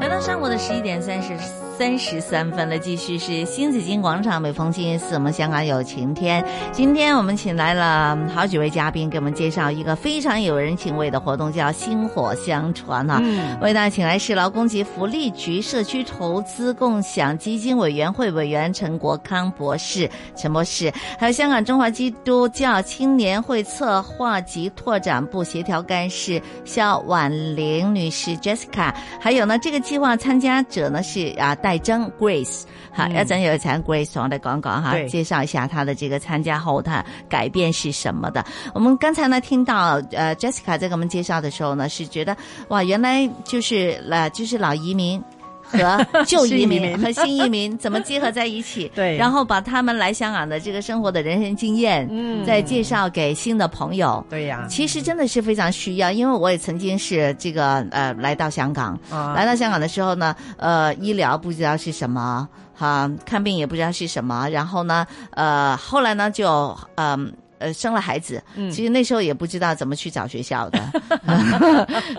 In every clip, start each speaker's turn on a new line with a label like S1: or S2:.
S1: 来到上午的十一点三十三十三分了，继续是新紫金广场，每逢星期四我们香港有晴天。今天我们请来了好几位嘉宾，给我们介绍一个非常有人情味的活动，叫“薪火相传”啊。
S2: 嗯
S1: 为大家请来是劳工及福利局社区投资共享基金委员会委员陈国康博士，陈博士，还有香港中华基督教青年会策划及拓展部协调干事肖婉玲女士 Jessica，还有呢，这个计划参加者呢是啊戴征 Grace，好，
S2: 嗯
S1: 一阵有请 Grace 同我哋讲讲哈，
S2: 对
S1: 介绍一下她的这个参加后她改变是什么的。我们刚才呢听到呃 Jessica 在给我们介绍的时候呢，是觉得哇，原来就是呃就是老移民。和旧移
S2: 新移
S1: 民
S2: 民
S1: 和新移民怎么结合在一 起？
S2: 对
S1: 然后把他们来香港的这个生活的人生经验，
S2: 嗯
S1: 再介绍给新的朋友。
S2: 对呀、
S1: 其实真的是非常需要，因为我也曾经是这个呃来到香港，
S2: 啊，
S1: 来到香港的时候呢，呃，医疗不知道是什么，哈、看病也不知道是什么，然后呢，呃，后来呢就嗯。呃生了孩子，
S2: 嗯
S1: 其实那时候也不知道怎么去找学校的，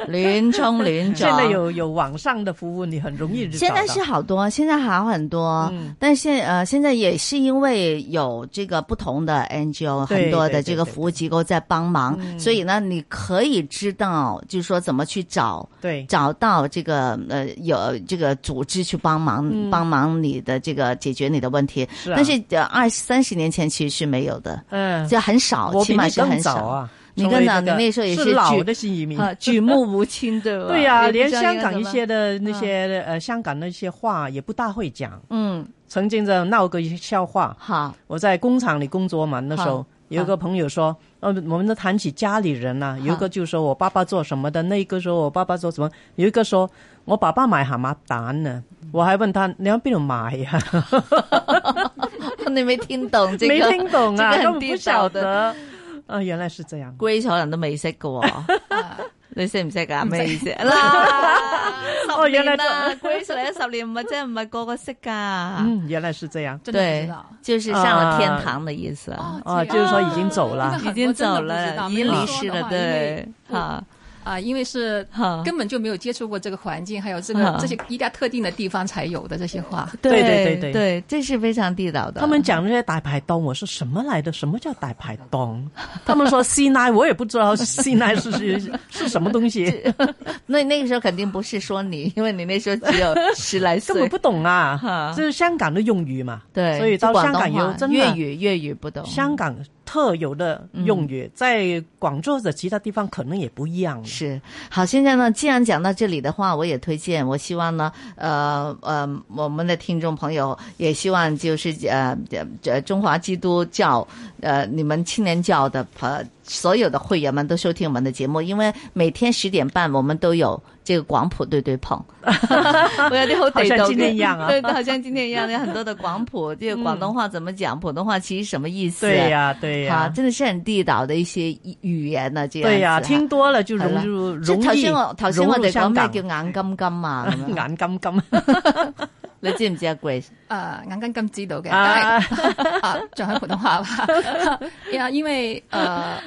S1: 联冲联
S2: 现
S1: 转。
S2: 在有有网上的服务，你很容易就
S1: 啊现
S2: 找
S1: 在
S2: 到
S1: 是好多，现在好很多，
S2: 嗯
S1: 但是呃，现在也是因为有这个不同的 NGO
S2: 对
S1: 很多
S2: 对
S1: 的
S2: 对
S1: 这个
S2: 对
S1: 服务机构在帮忙，
S2: 嗯
S1: 所以呢，你可以知道，就是说怎么去找
S2: 对
S1: 找到这个呃有这个组织去帮忙、
S2: 嗯
S1: 帮忙你的这个解决你的问题，
S2: 是啊
S1: 但是呃二三十年前其实是没有的，
S2: 嗯，
S1: 就很少，
S2: 我
S1: 起
S2: 比
S1: 码
S2: 你
S1: 是很
S2: 更
S1: 少
S2: 早。啊，
S1: 你
S2: 成为
S1: 更早
S2: 那个
S1: 你那时候也是
S2: 是老
S1: 举
S2: 的新移民。
S1: 啊，举目无亲，对吧？
S2: 对呀、
S1: 也不
S2: 连
S1: 知道
S2: 香
S1: 应该
S2: 港
S1: 怎
S2: 一
S1: 么
S2: 些的那
S1: 嗯
S2: 些、呃，香港那些话也不大会讲。
S1: 嗯，
S2: 曾经的闹过一些笑话，
S1: 好，
S2: 我在工厂里工作嘛，那时候
S1: 好
S2: 有一个朋友说，呃，我们都谈起家里人呐、有一个就说我爸爸做什么的，那一个说我爸爸做什么，有一个说我爸爸买蛤蟆蛋呢、我还问他你要边度买啊呀、
S1: 你没听懂这个，
S2: 没听懂啊，
S1: 这个
S2: 根
S1: 很
S2: 本
S1: 地
S2: 不晓
S1: 道的。
S2: 得。啊，原来是这样。
S1: 龟可能都未識噶 喎，你識唔識噶？咩意思？嗱，
S2: 哦
S1: 十年
S2: 原來
S1: 啦，龟嚟咗十年，唔係真係唔係個個識噶。
S2: 嗯，原来是这样。
S3: 真的不知
S1: 對
S3: 道，
S1: 就是上了天堂的意思，
S3: 哦
S2: 啊，就是说已经走了。
S1: 已经走了，已经离世了，对，
S3: 啊
S1: 哈，
S3: 啊，因为是
S1: 哈
S3: 根本就没有接触过这个环境，还有这个
S1: 啊
S3: 这些一定要特定的地方才有的这些话，
S2: 对对
S1: 对
S2: 对对
S1: 对，这是非常地道的。
S2: 他们讲那些大排档，我说什么来的？什么叫大排档？他们说西奈，我也不知道西奈是是是什么东西，
S1: 那那个时候肯定不是说你， 因为你那时候只有十来
S2: 根本
S1: 岁
S2: 不，懂
S1: 哈
S2: 啊。这是香港的用语嘛，
S1: 对，
S2: 所以
S1: 就
S2: 到
S1: 广
S2: 香港
S1: 东
S2: 以后
S1: 话
S2: 真的
S1: 粤语粤语不懂，
S2: 香港特有的用语，在广州的其他地方可能也不一样的。
S1: 嗯是好，现在呢，既然讲到这里的话，我也推荐，我希望呢，呃呃，我们的听众朋友也希望就是呃呃呃中华基督教呃你们青年教的呃所有的会员们都收听我们的节目，因为每天十点半我们都有这个广普对对碰， 我有啲好地道
S2: 好像
S1: 嘅
S2: 今天一样 啊
S1: 对，好像今天一样，有很多的广普，这个广东话怎么讲，普通话其实什么意思？
S2: 对呀，对
S1: 啊，
S2: 呀，
S1: 真的是很地道的一些语语言呢、这样
S2: 对呀，
S1: 子哈
S2: 听多了就融
S1: 係
S2: 入
S1: 即
S2: 容
S1: 係頭
S2: 易
S1: 先我頭先我
S2: 融入
S1: 哋講
S2: 香
S1: 咩
S2: 港
S1: 叫眼金金啊咁樣，
S2: 眼金金
S1: 你知唔知啊 Grace？
S3: 啊，眼根金知道嘅，
S2: 啊
S3: 但係 啊，转回普通话吧， 呀，因为呃，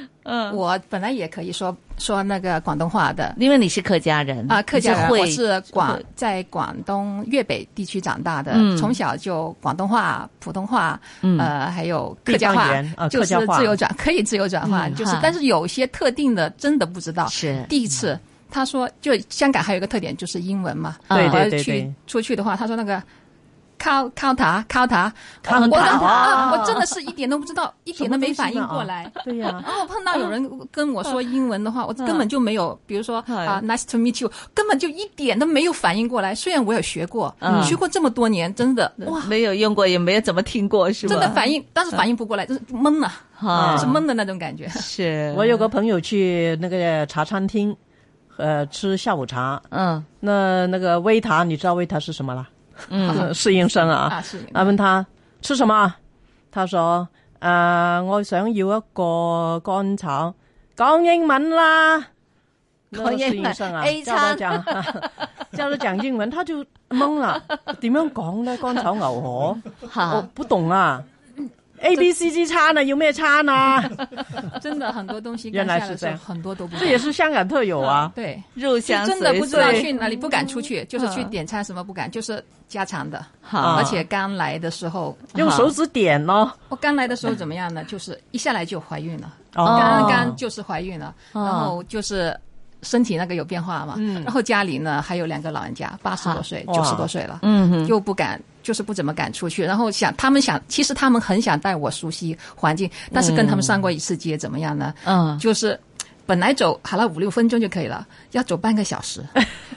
S3: 我本来也可以说说那个广东话的，
S1: 因為你是客家人
S3: 啊，客
S1: 嗯
S3: 家
S1: 你
S3: 人，
S1: 會
S3: 我是广
S1: 會
S3: 在广东粤北地区长大的，
S1: 嗯
S3: 从小就广东话、普通话，
S1: 嗯
S3: 呃，还有
S2: 地
S3: 客家
S2: 方
S3: 话
S2: 言啊，
S3: 就
S2: 客
S3: 是
S2: 家话
S3: 自由转，可以自由转换，
S1: 嗯
S3: 就是
S1: 哈，
S3: 但是有些特定的真的不知道。
S1: 是
S3: 第一次，他说，就香港还有一个特点就是英文嘛，
S1: 啊
S2: 对
S3: 我要
S2: 对对
S3: 去
S2: 对。
S3: 出去的话，他说那个。靠靠塔靠塔，
S2: 靠塔
S3: 我当
S2: 啊
S3: 啊我真的是一点都不知 道，一点都没反应过来。
S2: 对呀，
S3: 然后碰到有人跟我说英文的话，我
S2: 嗯
S3: 根本就没有，比如说
S1: 嗯
S3: 啊，nice to meet you，根本就一点都没有反应过来。虽然我有学过
S1: 嗯，
S3: 学过这么多年，真的哇，
S1: 没有用過，也没有怎麼聽過，是吧？
S3: 真的反
S2: 嗯
S3: 应，但是反应不过来，就是懵了，
S1: 啊
S3: 是懵的那种感觉。
S1: 是
S2: 我有个朋友去那个茶餐厅，呃吃下午茶，
S1: 嗯
S2: 那那个维塔，你知道维塔是什么啦？
S1: 嗯，
S2: 呃是医生啊
S3: 啊，，是
S2: 啊问他吃什么，啊他说诶、呃我想要一個乾炒，講英文啦。 那個
S1: 講英文
S2: 侍應生啊
S1: A
S2: 叫他講， 叫他講英文，他就懵啦。點樣講咧？乾炒牛河，我
S1: 好，
S2: 不懂 啊。A、B、C 之餐啊，要咩餐啊？
S3: 真的很多东西
S2: 原
S3: 干
S2: 来
S3: 下
S2: 是
S3: 来
S2: 这
S3: 之
S2: 样
S3: 后，很多都不
S2: 这也
S3: 懂
S2: 是香港特有啊。
S3: 对，
S1: 入
S3: 就
S1: 乡
S3: 真的
S1: 随
S3: 不知道
S1: 俗
S3: 去哪里，不敢出去，就是去
S1: 嗯
S3: 点餐什么不敢，就是家常的。
S1: 好
S2: 啊
S3: 而且刚来的时候，
S2: 用手指点咯。
S3: 我刚来的时候怎么样呢？就是一下来就怀孕了，
S1: 哦
S3: 刚刚就是怀孕了，
S1: 哦嗯
S3: 然后就是身体那个有变化嘛，然后家里呢还有两个老人家，八十多岁、
S2: 哇
S3: 九十多岁了，
S1: 啊嗯哼
S3: 又不敢，就是不怎么敢出去。然后想，他们想，其实他们很想带我熟悉环境，但是跟他们上过一次街，怎么样呢？
S1: 嗯，
S3: 就是本来走好了五六分钟就可以了，要走半个小 时，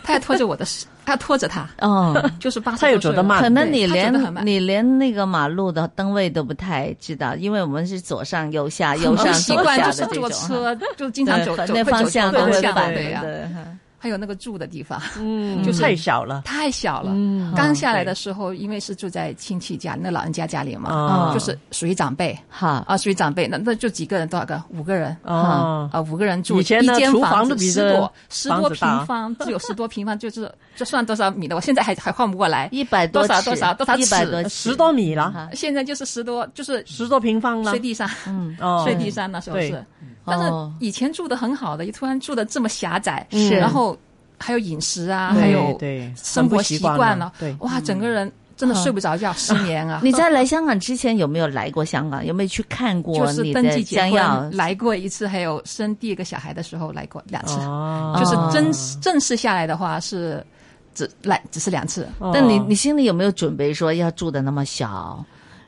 S3: 他还拖着我的，他拖着他，
S1: 哦，
S3: 就是八十
S2: 他有走得慢
S1: 可能你
S3: 对他走得很慢
S1: 连你连那个马路的灯位都不太知道，因为我们是左上右 下、右上
S3: 很习
S1: 左
S3: 惯
S1: 下
S3: 就
S1: 的
S3: 是
S1: 这种啊
S3: 坐
S1: 哈。
S3: 车，就经常走
S1: 对
S3: 走
S1: 那
S3: 会
S1: 方
S3: 走
S1: 向
S3: 错
S1: 都会
S3: 方向
S1: 反
S3: 对呀、
S1: 对哈
S3: 还有那个住的地方
S2: 嗯，
S3: 就是
S2: 太小了。
S3: 太小了。
S2: 嗯
S3: 刚下来的时候，因为是住在亲戚家，那老人家家里嘛，
S2: 啊
S3: 就是属于长辈
S1: 好，
S3: 啊，属于长辈，那那就几个人，多少个？五个人。
S2: 哦，
S3: 啊，五个人住
S2: 以前
S3: 一
S2: 呢
S3: 间
S2: 厨
S3: 房
S2: 房都
S3: 子，
S2: 比
S3: 十
S2: 这
S3: 多十
S2: 房
S3: 多
S2: 子
S3: 平
S2: 大
S3: 方，只有十多平方，就是 这算多少米的？我现在还还换不 过来，
S1: 一百
S3: 多少
S1: 尺
S3: 多少多少
S1: 一百
S3: 尺
S1: 多尺啊
S2: 十多
S3: 啊
S2: 米啦，
S1: 哈
S3: 现在就是十多，就是
S2: 十多平方啦
S3: 睡。地上，
S1: 嗯，
S2: 哦
S3: 睡地上那时候
S2: 对
S3: 是，但
S1: 哦
S3: 是以前住的很好的，突然住的这么狭窄，
S2: 嗯
S3: 然后还有饮食啊，
S2: 对
S3: 还有
S2: 对
S3: 生活习惯
S2: 了，对，
S3: 哇，整个人真的睡不着觉，失眠 啊。
S1: 你在来香港之前有没有来过香港？有没有去看
S3: 就
S1: 过
S3: 是
S1: 你
S3: 登
S1: 的
S3: 记结
S1: 将要
S3: 婚？ 来过一次，还有生第一个小孩的时候来过两次，
S2: 哦
S3: 就是正
S2: 哦
S3: 正式下来的话是只来只是两次。
S2: 哦
S1: 但你你心里有没有准备说要住的那么小？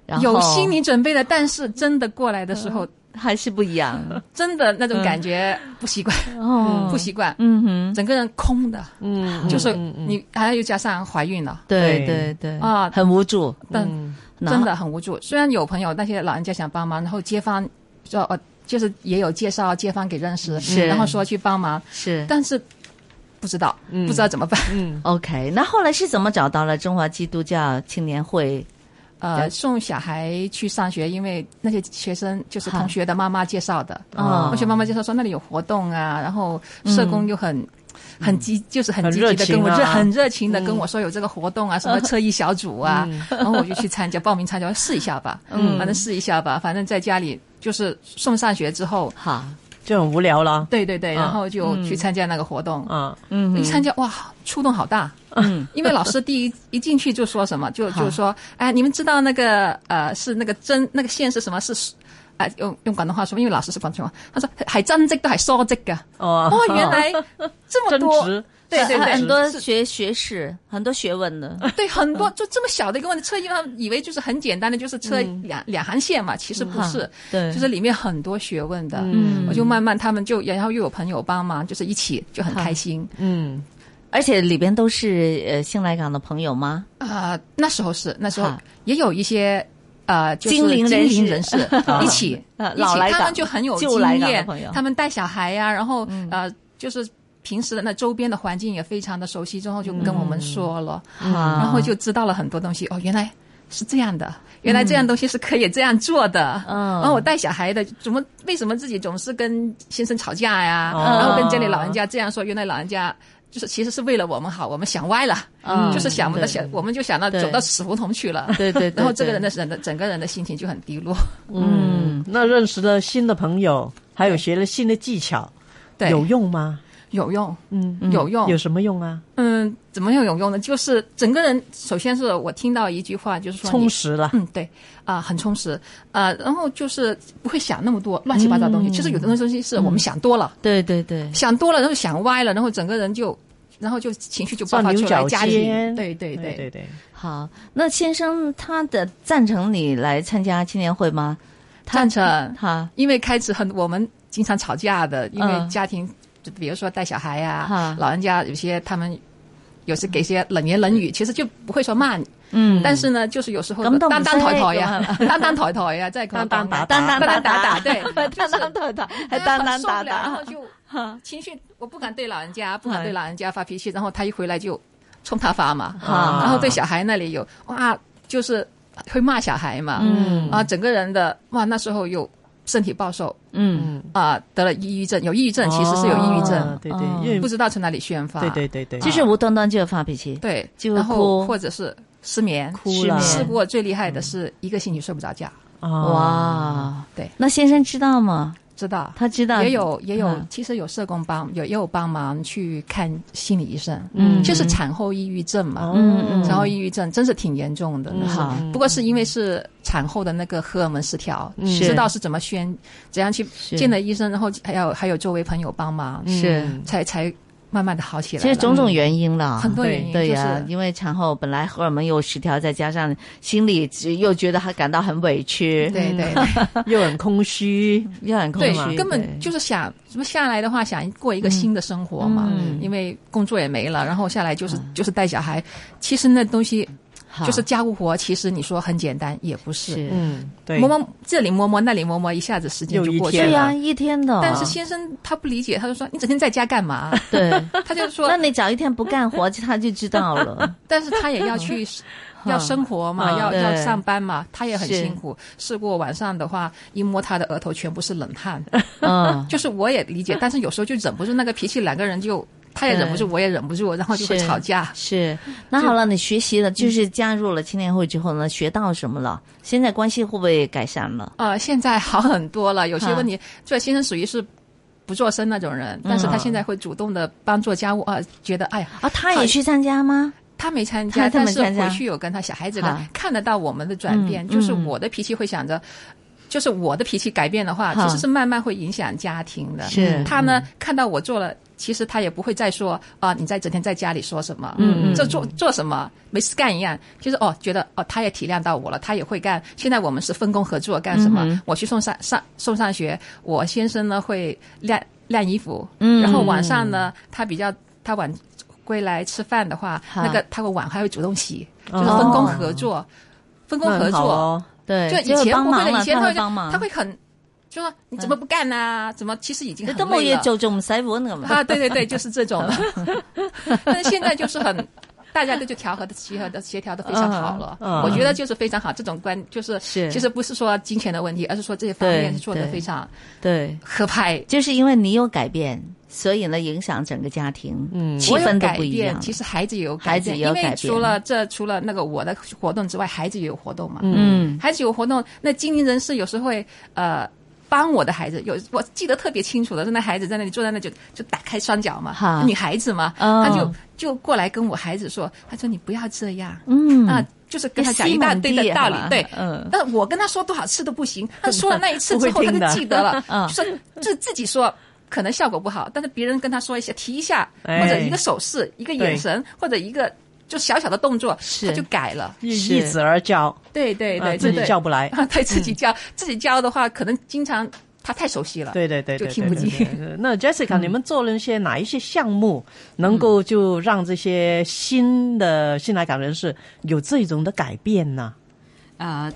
S1: 然后
S3: 有心理准备的，但是真的过来的时候，
S1: 还是不一样
S3: 真的那种感觉不习惯，
S1: 哦
S3: 不习惯，
S1: 嗯哼，
S3: 整个人空的，
S2: 嗯，
S3: 就是
S2: 嗯嗯
S3: 你还有加上怀孕了，
S1: 对对
S2: 对
S1: 对
S3: 啊
S1: 很无助，
S3: 但
S2: 嗯
S3: 真的很无助。虽然有朋友那些老人家想帮忙，然后街坊就呃就是也有介绍街坊给认识，
S1: 是
S3: 然后说去帮忙，
S1: 是。
S3: 但是不知道、
S2: 嗯
S3: 不知道怎么办。
S2: 嗯
S1: OK，那后来是怎么找到了中华基督教青年会？
S3: 呃，送小孩去上学，因为那些学生就是
S1: 哈
S3: 同学的妈妈介绍的，
S1: 哦
S3: 同学妈妈介绍说那里有活动啊，然后社工又很。很积就是很
S2: 嗯很
S3: 积
S2: 热
S3: 极的跟我，
S2: 情啊
S3: 就很热情的
S2: 嗯
S3: 跟我说有这个活动啊，什 么车衣小组啊，然后我就去参加，报名参加试一下吧，
S1: 嗯
S3: 反正试一下吧，反正在家里就是送上学之后，
S1: 好，
S2: 就很无聊了
S3: 对对对，
S2: 啊
S3: 然后就去参加那个活动，
S2: 啊，
S1: 嗯
S3: 一参加哇，触动好大。
S1: 嗯，
S3: 因为老师第一一进去就说什么，就
S1: 好
S3: 就说，哎，你们知道那个呃是那个真那个线是什么？是啊、用用广东话说，因为老师是广东话，他说系真迹都系疏迹噶。
S2: 哦
S3: 哦，原来这么
S2: 增
S3: 多，
S2: 值，
S3: 对对对，
S1: 很多学学士，很多学问的，
S3: 对很多就这么小的一个问题，车衣他们以为就是很简单的，就是车两、两行线嘛，其实不是，
S1: 对
S3: 就是里面很多学问的。
S2: 嗯
S3: 我就慢慢他们就，然后又有朋友帮忙，就是一起就很开心。
S2: 嗯，
S1: 而且里边都是呃新来港的朋友吗？
S3: 啊、那时候是那时候
S1: 哈
S3: 也有一些呃，就是
S1: 精灵人士
S3: 精灵人士一起
S1: 啊
S3: 一 起
S1: 老来港
S3: 他们就很有
S1: 旧来
S3: 经
S1: 港的
S3: 验
S1: 朋友，嗯
S3: 他们带小孩呀、然后、呃，就是平时的那周边的环境也非常的熟悉，之后就
S1: 嗯
S3: 跟我们说了，
S1: 然
S3: 嗯然后就知道了很多东西。哦，原来。是这样的，原来这样东西是可以这样做的。哦
S1: 嗯
S3: 然后我带小孩的，怎么为什么自己总是跟先生吵架呀？
S2: 哦
S3: 然后跟家里老人家这样说，原来老人家就是其实是为了我们好，我们想歪了。
S1: 嗯
S3: 就是想我们的
S1: 对
S3: 想，我们就想到
S1: 对
S3: 走到死胡同去了。
S1: 对对对
S3: 然后这个
S1: 对
S3: 人的整个整个人的心情就很 低落。
S1: 嗯
S2: 那认识了新的朋友，还有学了新的技巧，
S3: 对，
S2: 有用吗？
S3: 有用，
S2: 嗯，
S3: 有用
S2: 有。什么用啊？
S3: 嗯，怎么样有用呢？就是整个人，首先是我听到一句话，就是说
S2: 充
S3: 你。
S2: 实了，
S3: 嗯，对，啊、很充实，啊，然后就是不会想那么多乱七八糟的东西。就是有的
S2: 嗯
S3: 东西是我们想多了，
S1: 对对对，
S3: 想多了，然后想歪了，然后整个人就，然后就情绪就爆
S2: 钻
S3: 发
S2: 牛
S3: 出来，
S2: 角
S3: 家里
S2: 尖，，
S3: 对对
S2: 对
S3: 对，
S2: 对，
S1: 好，那先生他的赞成你来参加青年会吗？他
S3: 赞成
S1: 哈
S3: 因为开始很我们经常吵架的，因为
S1: 嗯
S3: 家庭，就比如说带小孩呀、
S1: 哈
S3: 老人家有些他们有时给些冷言冷语，其实就不会说骂你，
S1: 嗯，
S3: 但是呢，就是有时候
S1: 咁都唔
S3: 單單抬抬
S1: 識
S3: 呀，單單抬抬呀，真係咁樣講
S2: 單單打
S3: 嘅
S1: 單單
S2: 打
S1: 打
S3: 單單
S1: 打
S3: 打打，對，
S1: 单单打打，还单单打哎
S3: 然
S1: 打
S3: 后，就哈情绪我不敢对老人家，不敢对老人家发脾气，然后他一回来就冲他发嘛，
S2: 啊
S3: 然后对小孩那里有哇，就是会骂小孩嘛，
S1: 嗯
S3: 啊，整个人的哇，那时候有身体暴瘦
S1: 嗯
S2: 嗯，
S3: 啊，得了抑郁症，有抑郁症其实是有抑郁
S2: 哦
S3: 症，
S2: 对对
S1: 哦，
S2: 因为
S3: 不知道从哪里宣发，
S2: 对对对对，
S1: 就是无端端就要发脾气，
S3: 对，
S1: 就
S3: 然后
S1: 哭嗯
S3: 或者是失眠，
S2: 哭了
S3: 试过最厉害的是一个星期睡不着觉，
S2: 啊，
S1: 哇，
S3: 哦对，
S1: 那先生知道吗？
S3: 知道。
S1: 他知道
S3: 也有也有
S1: 嗯，
S3: 其实有社工帮，有也有帮忙去看心理医生，
S2: 嗯
S3: 就是产后抑郁症
S2: 哦
S3: 嘛，
S1: 嗯嗯
S3: 产后抑郁症真是挺严重的。
S2: 嗯
S1: 好
S3: 不过是因为是产后的那个荷尔蒙失调，
S2: 嗯
S1: 是
S3: 知道是怎么宣，怎样去
S1: 是
S3: 见了医生，然后还有还有周围朋友帮忙，
S1: 是
S2: 嗯
S3: 才才慢慢的好起来
S1: 其
S3: 了。
S1: 实种种原因了，
S3: 很多原因，
S1: 对
S3: 哎就
S1: 呀、
S3: 是
S1: 因为产后本来荷尔蒙又失调，再加上心里只又觉得还感到很委屈，嗯
S3: 对对对
S2: 又很空虚，
S1: 又很空虚，
S3: 对，根本就是想什么下来的话，想过一个新的生活嘛。
S1: 嗯
S3: 因为工作也没了，然后下来就是、就是带小孩。其实那东西就是家务活，其实你说很简单也不是，
S1: 是
S2: 嗯，对，
S3: 摸摸这里摸摸那里摸摸，一下子时间
S2: 又
S3: 就
S2: 一
S3: 过去
S2: 天
S1: 对
S3: 了。
S1: 呀、
S2: 啊
S1: 一天的，
S3: 但是先生他不理解，他就说你整天在家干嘛？
S1: 对，
S3: 他就说
S1: 那，你早一天不干活，他就知道 了，
S3: 但是他也要去要生活嘛，
S2: 嗯
S3: 要
S1: 对
S3: 要上班嘛，他也很
S1: 是
S3: 辛苦。试过晚上的话，一摸他的额头全部是冷汗，
S1: 嗯，
S3: 就是我也理解，但是有时候就忍不住那个脾气，两个人就他也忍不住，我也忍不住，然后就会
S1: 是
S3: 吵架。
S1: 是。那好了，你学习了，就是加入了青年会之后呢，学到什么了？现在关系会不会改善了？
S3: 呃，现在好很多了，有些问题，这先生属于是不做声那种人，但是他现在会主动的帮做家务啊、觉得哎呀，
S1: 啊，他也去参加吗？
S3: 他没参加，
S1: 他他
S3: 但
S1: 没
S3: 是
S1: 参加
S3: 回去有跟他小孩子
S1: 好
S3: 的看得到我们的转变，
S1: 嗯
S3: 就是
S1: 嗯
S3: 我的脾气会想着。就是我的脾气改变的话，
S1: 好
S3: 其实是慢慢会影响家庭的。
S1: 是
S3: 嗯他呢，看到我做了，其实他也不会再说啊，你在整天在家里说什么，
S1: 嗯嗯
S3: 这做做什么，没事干一样。其实哦，觉得哦，他也体谅到我了，他也会干。现在我们是分工合作，干什么？
S1: 嗯哼
S3: 我去送上上送上学，我先生呢会晾晾衣服，
S1: 嗯
S3: 然后晚上呢，他比较他晚归来吃饭的话，
S1: 好
S3: 那个他会碗还会主动洗，
S2: 哦
S3: 就是分工合作，分工
S2: 那
S3: 合
S2: 很好
S3: 作。
S2: 哦，
S1: 对，
S3: 就以
S1: 是
S3: 前
S1: 帮
S3: 不
S1: 忙
S3: 会的，
S1: 了，
S3: 以前他
S1: 会
S3: 会
S1: 幫忙，
S3: 他会很就说你怎么不干呐？怎么其实已经
S1: 你
S3: 很
S1: 都冇
S3: 累
S1: 嘢
S3: 了
S1: 做，仲唔使揾咁
S3: 啊，对对对，就是这种。 但是现在就是很，大家都就调和的、协和的、协调的非常好了。
S2: 嗯嗯
S3: 我觉得就是非常好，这种观就是
S1: 是
S3: 其实不是说金钱的问题，而是说这些方面是做的
S1: 对
S3: 非常
S1: 对，
S3: 合拍。
S1: 就是因为你有改变，所以呢影响整个家庭，
S2: 嗯
S1: 气
S3: 我有
S1: 氛都
S3: 改
S1: 不一
S3: 变
S1: 样。
S3: 其实孩子也有改
S1: 孩子
S3: 变，
S1: 也有
S3: 因
S1: 改
S3: 为
S1: 变
S3: 除了这除了那个我的活动之外，孩子也有活动嘛。
S1: 嗯，
S3: 孩子有活动，那经营人士有时候会呃。帮我的孩子有，我记得特别清楚的，是那孩子在那里坐在那就就打开双脚
S1: 哈
S3: 嘛，女孩子嘛，
S1: 哦
S3: 她就就过来跟我孩子说，她说你不要这样，
S1: 嗯
S3: 啊，就是跟他讲一大堆的道理，对，
S1: 嗯，
S3: 但我跟他说多少次都不行，他说了那一次之
S2: 不
S3: 后，
S2: 会
S3: 他
S2: 听的
S3: 就记得了
S1: 嗯
S3: 就说就自己说。可能效果不好，但是别人跟他说一下，提一下，
S2: 哎
S3: 或者一个手势、一个眼神，或者一个就小小的动作，
S1: 是
S3: 他就改了。
S2: 一
S1: 是
S2: 一子而教，
S3: 对对
S2: 啊
S3: 对，
S2: 自己
S3: 对
S2: 叫不来，
S3: 啊，对自己教自己教的话，可能经常他太熟悉了。
S2: 对对对，
S3: 就
S2: 对
S3: 听不。
S2: 对
S3: 进
S2: 对对那 Jessica，你们做了一些哪一些项目，能够就让这些新的新来港人士有这种的改变呢？
S4: 誒呃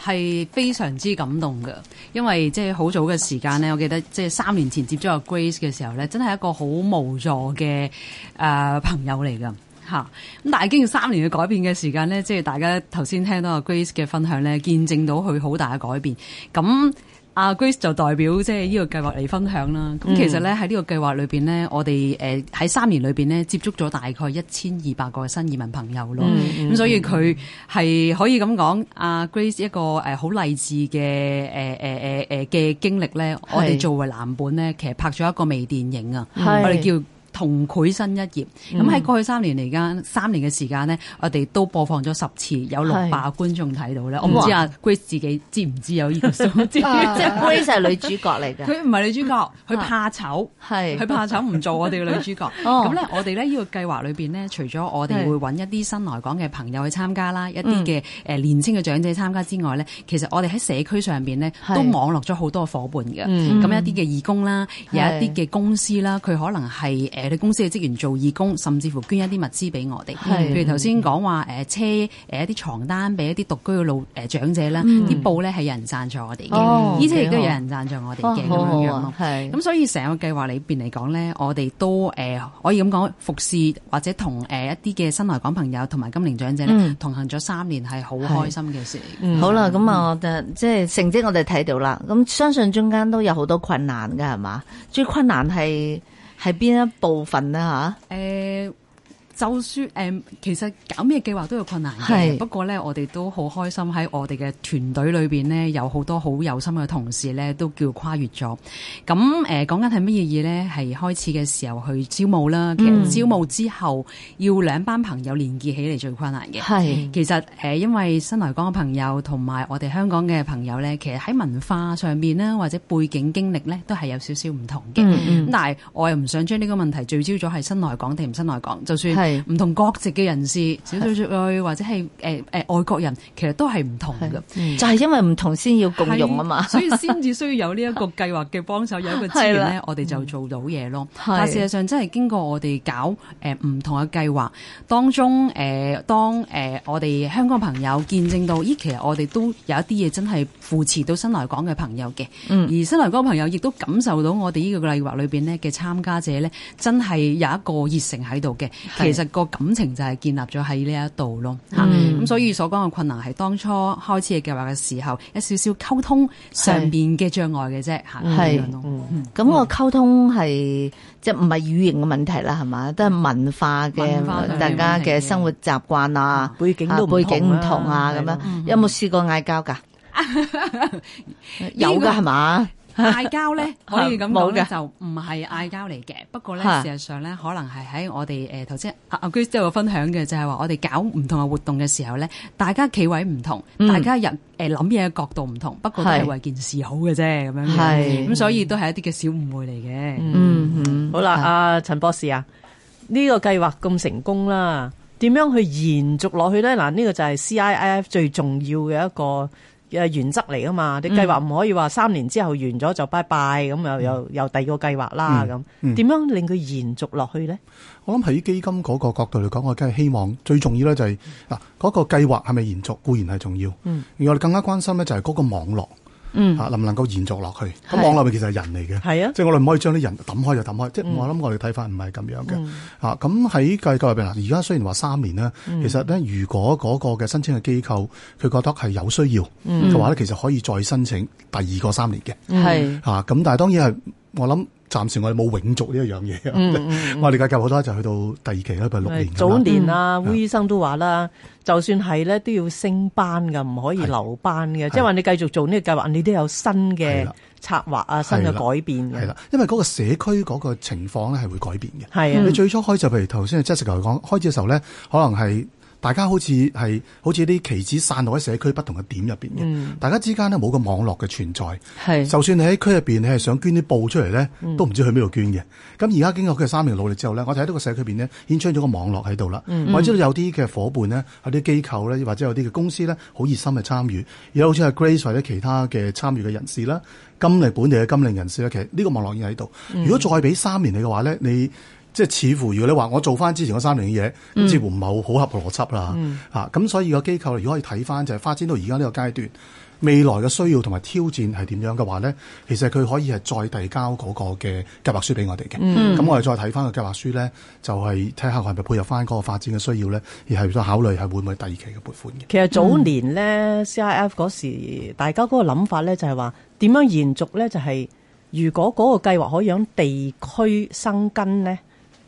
S4: 係非常之感動嘅，因為即係好早嘅時間呢，我記得即係三年前接觸阿 Grace 嘅時候呢，真係一個好無助嘅誒、呃朋友嚟㗎。吓咁，但係經過三年嘅改變嘅時間呢，即係大家頭先聽到阿 Grace 嘅分享呢，見證到佢好大嘅改變。咁阿 Grace 就代表即係呢個計劃嚟分享啦。
S1: 嗯
S4: 咁其實咧喺呢個計劃裏邊咧，我哋誒喺三年裏邊咧接觸咗大概一千二百個新移民朋友咯。咁、
S1: 嗯
S4: 所以佢係可以咁講，阿 Grace 一個誒好勵志嘅呃誒誒誒誒嘅經歷咧，我
S1: 係
S4: 哋作為藍本咧，其實拍咗一個微電影啊，我
S1: 係嗯
S4: 哋叫。同繪新一頁，咁喺過去三年嚟間，三年嘅時間呢，我哋都播放咗十次，有六
S1: 係
S4: 百個觀眾睇到咧。我唔知阿 Grace 自己知唔知有呢個數 字？
S3: 啊
S1: 即系 Grace 系女主角嚟嘅，
S4: 佢唔係女主角，佢怕醜，
S1: 係
S4: 佢怕醜唔做我哋嘅女主角。
S1: 哦
S4: 咁咧，我哋咧呢個計劃裏邊咧，除咗我哋
S1: 係嗯
S4: 會揾一啲新來港嘅朋友去參加啦，一啲嘅誒年青嘅長者參加之外咧，其實我哋喺社區上邊咧
S1: 係
S4: 都網絡咗好多伙伴嘅。
S2: 嗯
S4: 咁一啲嘅義工啦，有一
S1: 係
S4: 啲嘅公司啦，佢可能係誒呃誒你公司嘅職員做義工，甚至乎捐一啲物資俾我哋。
S1: 係
S4: 譬如頭先講話誒車誒一啲床單俾一啲獨居嘅老誒長者啦，
S1: 嗯
S4: 啲布咧係有人贊助我哋
S1: 哦
S4: 嘅，衣車亦都有
S1: 幾好
S4: 人贊助我哋
S1: 哇
S4: 嘅咁
S1: 好好
S4: 樣樣
S1: 啊
S4: 咯，。
S1: 係
S4: 咁所以成個計劃裏邊嚟講咧，我哋都誒、呃可以咁講，服侍或者同誒、呃一啲嘅新來港朋友同埋金齡長者咧、
S1: 嗯
S4: 同行咗三年，係好開心嘅事。
S2: 嗯
S1: 好啦，咁啊，我哋即係成績我哋睇到啦。咁相信中間都有好多困難嘅，係嘛？最困難係係邊一部分咧吓？
S4: 誒、呃就算誒、其實搞咩計劃都有困難
S1: 係
S4: 嘅。不過咧，我哋都好開心喺我哋嘅團隊裏邊咧，有好多好有心嘅同事咧，都叫跨越咗。咁誒、講緊係乜嘢嘢咧？係開始嘅時候去招募啦。其
S1: 嗯
S4: 實招募之後，要兩班朋友連結起嚟最困難嘅。
S1: 係
S4: 其實誒、呃因為新來港嘅朋友同埋我哋香港嘅朋友咧，其實喺文化上面咧，或者背景經歷咧，都係有少少唔同嘅。
S1: 嗯
S4: 咁
S1: 嗯
S4: 但係我又唔想將呢個問題聚焦咗係新來港定唔新來港，就算
S1: 係
S4: 唔同國籍嘅人士、少數族裔或者係誒誒外國人，其實都係唔同
S1: 係
S4: 嘅。
S1: 就係因為唔同先要共用啊嘛
S4: 係。所以先至需要有呢一個計劃嘅幫手，有一個資
S1: 係
S4: 源
S1: 啦嗯
S4: 咧，我哋就做到嘢咯。
S1: 係
S4: 但事實上真係經過我哋搞誒唔、同嘅計劃當中，誒、呃、當誒、呃我哋香港朋友見證到，咦，其實我哋都有一啲嘢真係扶持到新來港嘅朋友嘅，
S1: 嗯
S4: 而新來港朋友亦都感受到我哋呢個計劃裏邊呢嘅參加者咧，真係有一個熱誠喺度嘅，
S1: 係
S4: 其實個感情就係建立咗喺呢一度咯。嚇
S1: 嗯
S4: 咁所以所講嘅困難係當初開始嘅計劃嘅時候，一少少溝通上邊嘅障礙嘅啫嚇，
S1: 係
S4: 咁樣咯
S2: 嗯
S1: 咁我溝通係即係唔係語言嘅問題啦，係嘛？都係文化
S4: 文化
S1: 嘅，
S4: 上嘅
S1: 大家
S4: 問題
S1: 嘅
S4: 嘅
S1: 生活習慣啊，
S2: 背景都
S1: 啊背景唔同啊，
S2: 係
S1: 咁
S2: 咯
S1: 樣
S4: 嗯
S1: 有冇試過嗌交㗎？ 有㗎係嘛？
S4: 嗌 交咧，可以咁
S1: 啊冇
S4: 講咧，
S1: 嘅
S4: 就唔係嗌交嚟嘅。不過咧，
S1: 嚇
S4: 事實上咧，可能係喺我哋呃誒頭先阿阿 Grace 都有分享嘅，就係話我哋搞唔同嘅活動嘅時候咧，大家企位唔同，
S1: 嗯
S4: 大家入誒諗嘢嘅角度唔同，不過都
S1: 係
S4: 係為件事好嘅啫，咁樣樣
S1: 係
S4: 咁，所以都係一啲嘅小誤會嚟嘅。
S1: 嗯嗯，
S2: 好啦，
S1: 係
S2: 阿陳博士啊，呢、個計劃咁成功啦，點樣去延續落去咧？嗱，呢個就係 CIF 最重要嘅一個誒原則嚟噶嘛。
S5: 嗯
S2: 你計劃唔可以話三年之後完咗就拜拜咁，又又又第二個計劃啦咁。點、
S5: 嗯
S2: 樣令佢延續落去咧？
S5: 我諗喺基金嗰個角度嚟講，我梗係希望最重要咧就係嗱嗰個計劃係咪延續固然係重要，
S2: 嗯
S5: 而我哋更加關心咧就係嗰個網絡
S1: 嗯
S5: 啊能唔能夠延續落去？
S1: 係
S5: 咁網絡咪其實係人嚟嘅，
S2: 係啊，
S5: 即係我哋唔可以將啲人抌開就抌開，即係我諗我哋睇法唔係咁樣嘅。啊，咁喺計計入邊嗱，而家雖然話三年啦，其實咧如果嗰個嘅申請嘅機構佢覺得係有需要嘅話咧，其實可以再申請第二個三年嘅。
S2: 嗯
S1: 係
S5: 啊，咁但係當然係我諗。暫時我哋冇永續呢一樣嘢，
S2: 嗯
S5: 我哋嘅計劃好多就去到第二期啦，譬如六年咁啦
S2: 早年
S5: 嗯
S2: 啊，烏醫生都話啦，就算係咧都要升班噶，唔可以
S5: 係
S2: 留班嘅。
S5: 係
S2: 即係話你繼續做呢個計劃，你都有新嘅
S5: 係啦
S2: 策劃啊，新嘅
S5: 係啦
S2: 改變嘅。
S5: 係啦，因為嗰個社區嗰個情況咧係會改變嘅。
S2: 係啊
S5: 你，最初開就譬如頭先 Jessica 講，開始嘅時候咧，可能係大家好似係好似啲棋子散落喺社區不同嘅點入邊嘅，
S2: 嗯
S5: 大家之間咧冇個網絡嘅存在。
S1: 係
S5: 就算你喺區入邊，你係想捐啲布出嚟咧，都唔知去邊度捐嘅。咁而家經過佢嘅三年努力之後咧，我哋喺呢個社區入邊咧，衍生咗個網絡喺度啦。我知道有啲嘅伙伴咧，有啲機構咧，或者有啲嘅公司咧，好熱心去參與。而好似係 Grace 或者其他嘅參與嘅人士啦，金齡本地嘅金齡人士咧，其實呢個網絡已經喺度。如果再俾三年你嘅話咧，你即係似乎如果你話我做翻之前嗰三年嘅嘢，咁似乎唔係好好合邏輯啦嚇。咁、所以個機構如果可以睇翻就係發展到而家呢個階段，未來嘅需要同埋挑戰係點樣嘅話咧，其實佢可以係再遞交嗰個嘅計劃書俾我哋嘅。咁、我哋再睇翻個計劃書咧，就係睇下係咪配合翻嗰個發展嘅需要咧，而係再考慮係會唔會第二期嘅撥款嘅。
S2: 其實早年咧 CIF 嗰時，大家嗰個諗法咧就係話點樣延續咧，就係、如果嗰個計劃可以喺地區生根咧。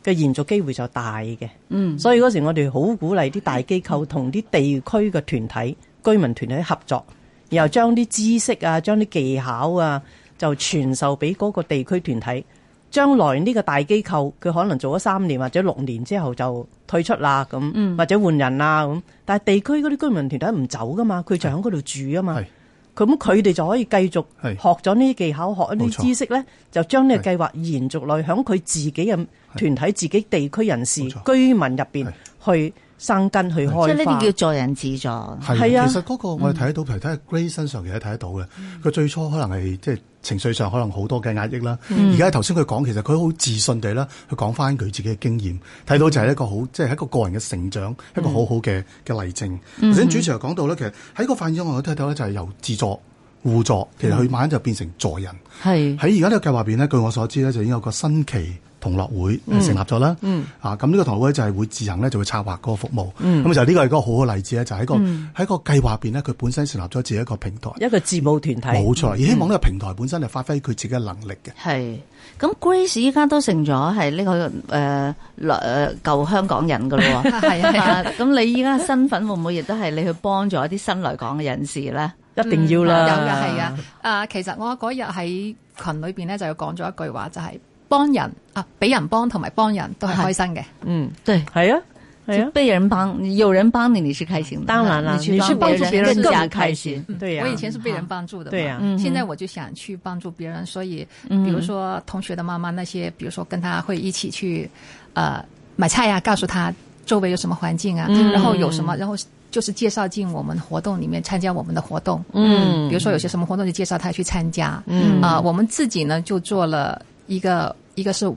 S2: 嘅延續機會就大嘅，嗯，所以嗰時我哋好鼓勵啲大機構同啲地區嘅團體、居民團體合作，然後將啲知識啊、將啲技巧啊，就傳授俾嗰個地區團體。將來呢個大機構佢可能做咗三年或者六年之後就退出啦，
S5: 嗯
S2: 咁或者換人啦咁。但係地區嗰啲居民團體唔走噶嘛，佢就喺嗰度住啊嘛
S5: 係。
S2: 咁佢哋就可以繼續
S5: 係
S2: 學咗呢啲技巧，學呢
S5: 冇
S2: 啲
S5: 錯
S2: 知識咧，就將呢個計劃延續落去，響佢自己嘅團體、自己地區人士、
S5: 冇錯
S2: 居民入邊
S5: 係
S2: 去生根去開花。
S1: 即係呢啲叫助人自助。
S5: 係
S2: 係啊嗯
S5: 其實嗰個我哋睇到，譬如睇下 Grace 身上，其實睇得到嘅。佢最初可能係即係情緒上可能好多嘅壓抑啦。
S2: 嗯
S5: 而家頭先佢講，其實佢好自信地啦，佢講翻佢自己嘅經驗，睇到就係一個好
S2: 嗯
S5: 即係一個個人嘅成長，一個好好嘅嘅例證。
S2: 嗯
S5: 頭先主持人講到咧，其實喺個發現中我睇到咧就係由自助。互助，其實佢
S2: 嗯
S5: 慢慢就變成助人。
S1: 係
S5: 喺而家呢個計劃入邊咧，據我所知咧，就已經有個新期同樂會呃成立咗啦。啊，咁呢個同樂會就係會自行咧就會策劃嗰個服務。咁就呢個係一個好好嘅例子咧，就喺個喺個計劃入邊咧，佢本身成立咗自己一個平台，
S2: 一個自務團體，
S5: 冇錯。而希望呢個平台本身係發揮佢自己嘅能力嘅。
S1: 係，咁 Grace 依家都成咗係呢個誒來誒舊香港人噶咯 喎，
S3: 係啊係啊
S1: 啊咁你依家身份會唔會亦都係你去幫助一啲新來港嘅人士咧？
S2: 一定要
S1: 嗯
S2: 啦。
S3: 嗯有嘅係嘅。啊，其實我嗰日喺群裏邊咧就有講咗一句話，就係、幫人啊，俾人幫同埋幫人都係開心嘅。
S2: 嗯，
S1: 對，
S2: 係啊，係啊，
S1: 被人幫，有人幫你，你是開心的。
S2: 當然啦，
S1: 你去幫
S2: 幫助
S1: 別
S2: 別人
S1: 更加
S2: 更
S1: 開心。。
S2: 對呀
S3: 嗯我以，前是被人帮助的嘛，
S2: 对呀
S3: 现在我就想去帮助别人，所以
S1: 嗯
S3: 比如说同学的妈妈那些，比如说跟他会一起去呃买菜呀、告诉他周围有什么环境啊，
S2: 嗯
S3: 然后有什么，然后就是介绍进我们活动里面参加我们的活动，
S2: 嗯
S3: 比如说有些什么活动就介绍他去参加，
S2: 嗯
S3: 啊、我们自己呢就做了一个一个是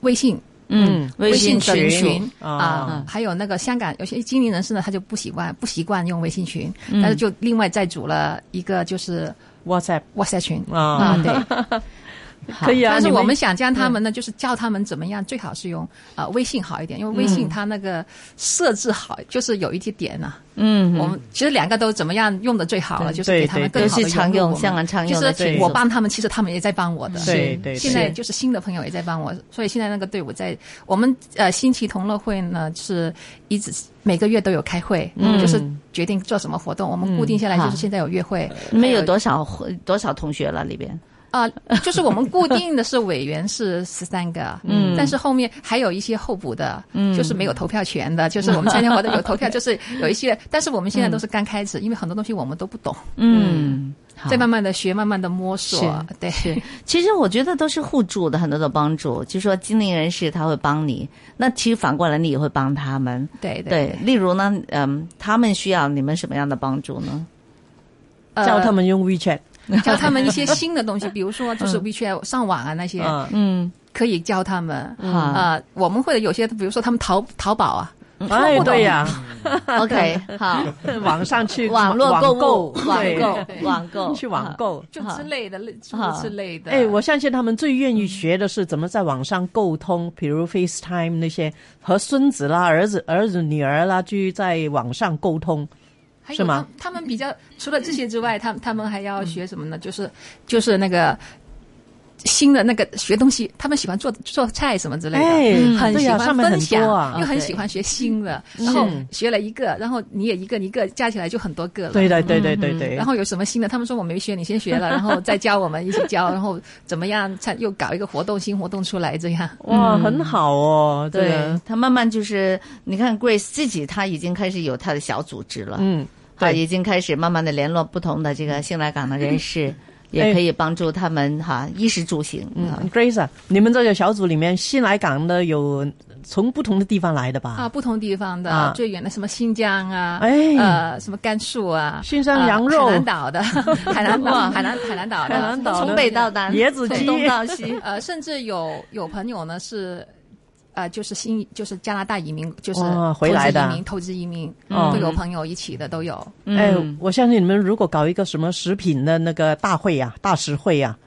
S3: 微信
S1: 嗯，微信
S3: 群
S1: 群
S3: 啊、
S2: 啊
S3: 还有那个香港有些精灵人士呢，他就不习惯不习惯用微信群，但是就另外再组了一个就是
S2: ，WhatsApp
S3: WhatsApp 群。
S2: 啊
S3: 啊，，对，
S2: 可以啊。
S3: 但是
S2: 你
S3: 我们想将他
S1: 嗯
S3: 们呢，就是教他们怎么样，最好是用呃微信好一点，因
S1: 嗯
S3: 为微信它那个设置好，就是有一些点呢、
S1: 嗯，
S3: 我们其实两个都怎么样用的最好了，
S2: 对
S3: 就是给他们
S2: 对
S3: 更
S1: 都
S3: 好的
S1: 是常用，香港
S3: 像
S1: 常
S3: 就
S1: 用的
S3: 是
S1: 群
S3: 我
S1: 组。
S3: 帮他们，其实他们也在帮我的。
S2: 对对
S3: 现在就是新的朋友也在帮我，所以现在那个队伍在我们呃新奇同乐会呢，是一直每个月都有开会，就是决定做什么活动。我们固定下来
S1: 嗯
S3: 就是现在有约会，
S1: 你们有
S3: 还
S1: 多少多少同学了？里边
S3: 啊、就是我们固定的是委员是十三个，嗯，但是后面还有一些候补的，嗯，就是没有投票权的，就是我们参加活动有投票，就是有一些，但是我们现在都是刚开始，因为很多东西我们都不懂，
S1: 嗯，好
S3: 在慢慢的学，慢慢的摸索，对，
S1: 是，其实我觉得都是互助的，很多的帮助。就说精灵人士他会帮你，那其实反过来你也会帮他们。
S3: 对对
S1: 对，例如呢，嗯，他们需要你们什么样的帮助呢？
S3: 呃
S2: 教他们用 WeChat，
S3: 教他们一些新的东西，比如说就是 WeChat 上网啊那些，
S2: 啊，
S1: 嗯，
S3: 可以教他们。
S1: 好
S3: 呃，我们会有些，比如说他们淘淘宝啊，
S2: 哎，对呀，
S1: 嗯，OK，好，
S2: 网上去
S1: 网络购物，
S2: 网
S1: 网购
S2: 对，
S1: 网 购，
S2: 去网购。
S3: 就之类的，类诸
S1: 啊
S3: 如此类的。
S2: 哎，我相信他们最愿意学的是怎么在网上沟通，
S3: 嗯
S2: 比如 FaceTime 那些和孙子啦、儿子、儿子、女儿啦，去在网上沟通。
S3: 还有
S2: 是吗
S3: 他？他们比较除了这些之外，他们他们还要学什么呢？就是就是那个新的那个学东西，他们喜欢做做菜什么之类的。嗯
S2: 哎，
S3: 很
S2: 对
S3: 喜
S2: 呀，
S3: 欢
S2: 上面
S3: 分
S2: 很
S3: 享，
S2: 多啊嗯
S3: 又，很喜欢学新的，然后学了一个，然后你也一个，你一个加起来就很多个了。
S2: 对的，对对对对。
S3: 然后有什么新的，他们说我没学，你先学了，然后再教我们一起教，然后怎么样，才又搞一个活动，新活动出来这样。
S2: 哇，很好哦，这
S1: 嗯对
S2: 个，
S1: 他慢慢就是，你看 Grace 自己，他已经开始有他的小组织了，
S2: 嗯，
S1: 他
S2: 对
S1: 啊已经开始慢慢的联络不同的这个新来港的人
S2: 嗯
S1: 士，也
S2: 哎
S1: 可以帮助他们哈衣食住行啊。
S2: Grace，啊你们这个小组里面新来港的有从不同的地方来的
S3: 啊，
S2: 吧？
S3: 不同地方的、
S2: 啊
S3: 最远的什么新疆啊，
S2: 哎
S3: 呃，什么甘肃啊，
S2: 新疆羊肉嗯
S3: 呃海南 岛的，海南岛，海南海南岛的，，
S2: 海南岛的
S1: 从北到南，
S2: 椰子
S1: 从
S2: 鸡
S1: 东到西
S3: 呃，甚至有有朋友呢是。呃，就是新就是加拿大移民，就是
S2: 哇
S3: 投
S2: 回
S3: 资
S2: 来的
S3: 移民，投资移民、
S2: 哦
S3: 都有朋友一起的都有。
S2: 哎，
S1: 嗯
S2: 我相信你们如果搞一个什么食品的那个大会呀、大食会呀、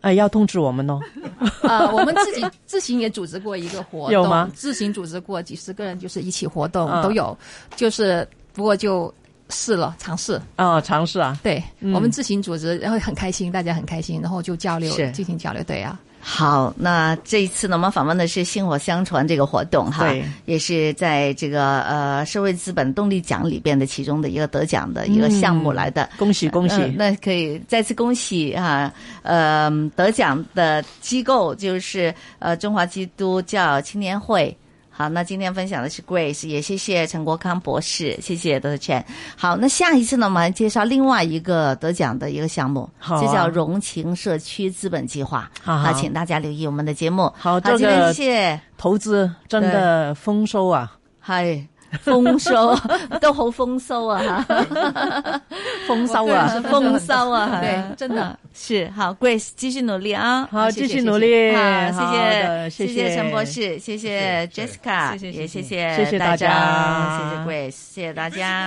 S2: 哎，要通知我们 哦。
S3: 呃，我们自己自行也组织过一个活动，
S2: 有吗
S3: 自行组织过几十个人，就是一起活动、
S2: 嗯
S3: 都有，就是不过就试了尝试。
S2: 啊，尝试啊，
S3: 对、我们自行组织，然后很开心，大家很开心，然后就交流
S1: 是，
S3: 进行交流。对啊，
S1: 好，那这一次呢，我们访问的是“薪火相传”这个活动哈
S2: 对，
S1: 也是在这个呃社会资本动力奖里边的其中的一个得奖的
S2: 嗯
S1: 一个项目来的。
S2: 恭喜恭喜！
S1: 嗯那可以再次恭喜啊！呃，得奖的机构就是呃中华基督教青年会。好，那今天分享的是 Grace，也谢谢陈国康博士，谢谢 d r Chen。好，那下一次呢，我们还介绍另外一个得奖的一个项目，
S2: 好啊
S1: 就叫融情社区资本计划。
S2: 好好
S1: 请大家留意我们的节目。
S2: 好这
S1: 今天
S2: 个
S1: 谢谢，
S2: 投资真的丰收啊！
S1: 嗨。豐 收都好豐收啊，豐
S3: 收 啊
S1: 豐收啊，
S3: 对
S1: 哈
S3: 真的
S1: 啊是好，Grace 继续努力啊，
S2: 好
S1: 谢谢
S2: 继续努力
S1: 好
S2: 好的
S1: 谢谢，
S2: 谢
S1: 谢
S2: 谢
S1: 陈博士，谢谢
S5: 谢谢
S1: Jessica，
S3: 谢谢
S1: 也谢
S3: 谢
S1: 谢
S2: 谢谢大
S1: 大
S2: 家
S1: 谢谢 Grace，谢谢大家。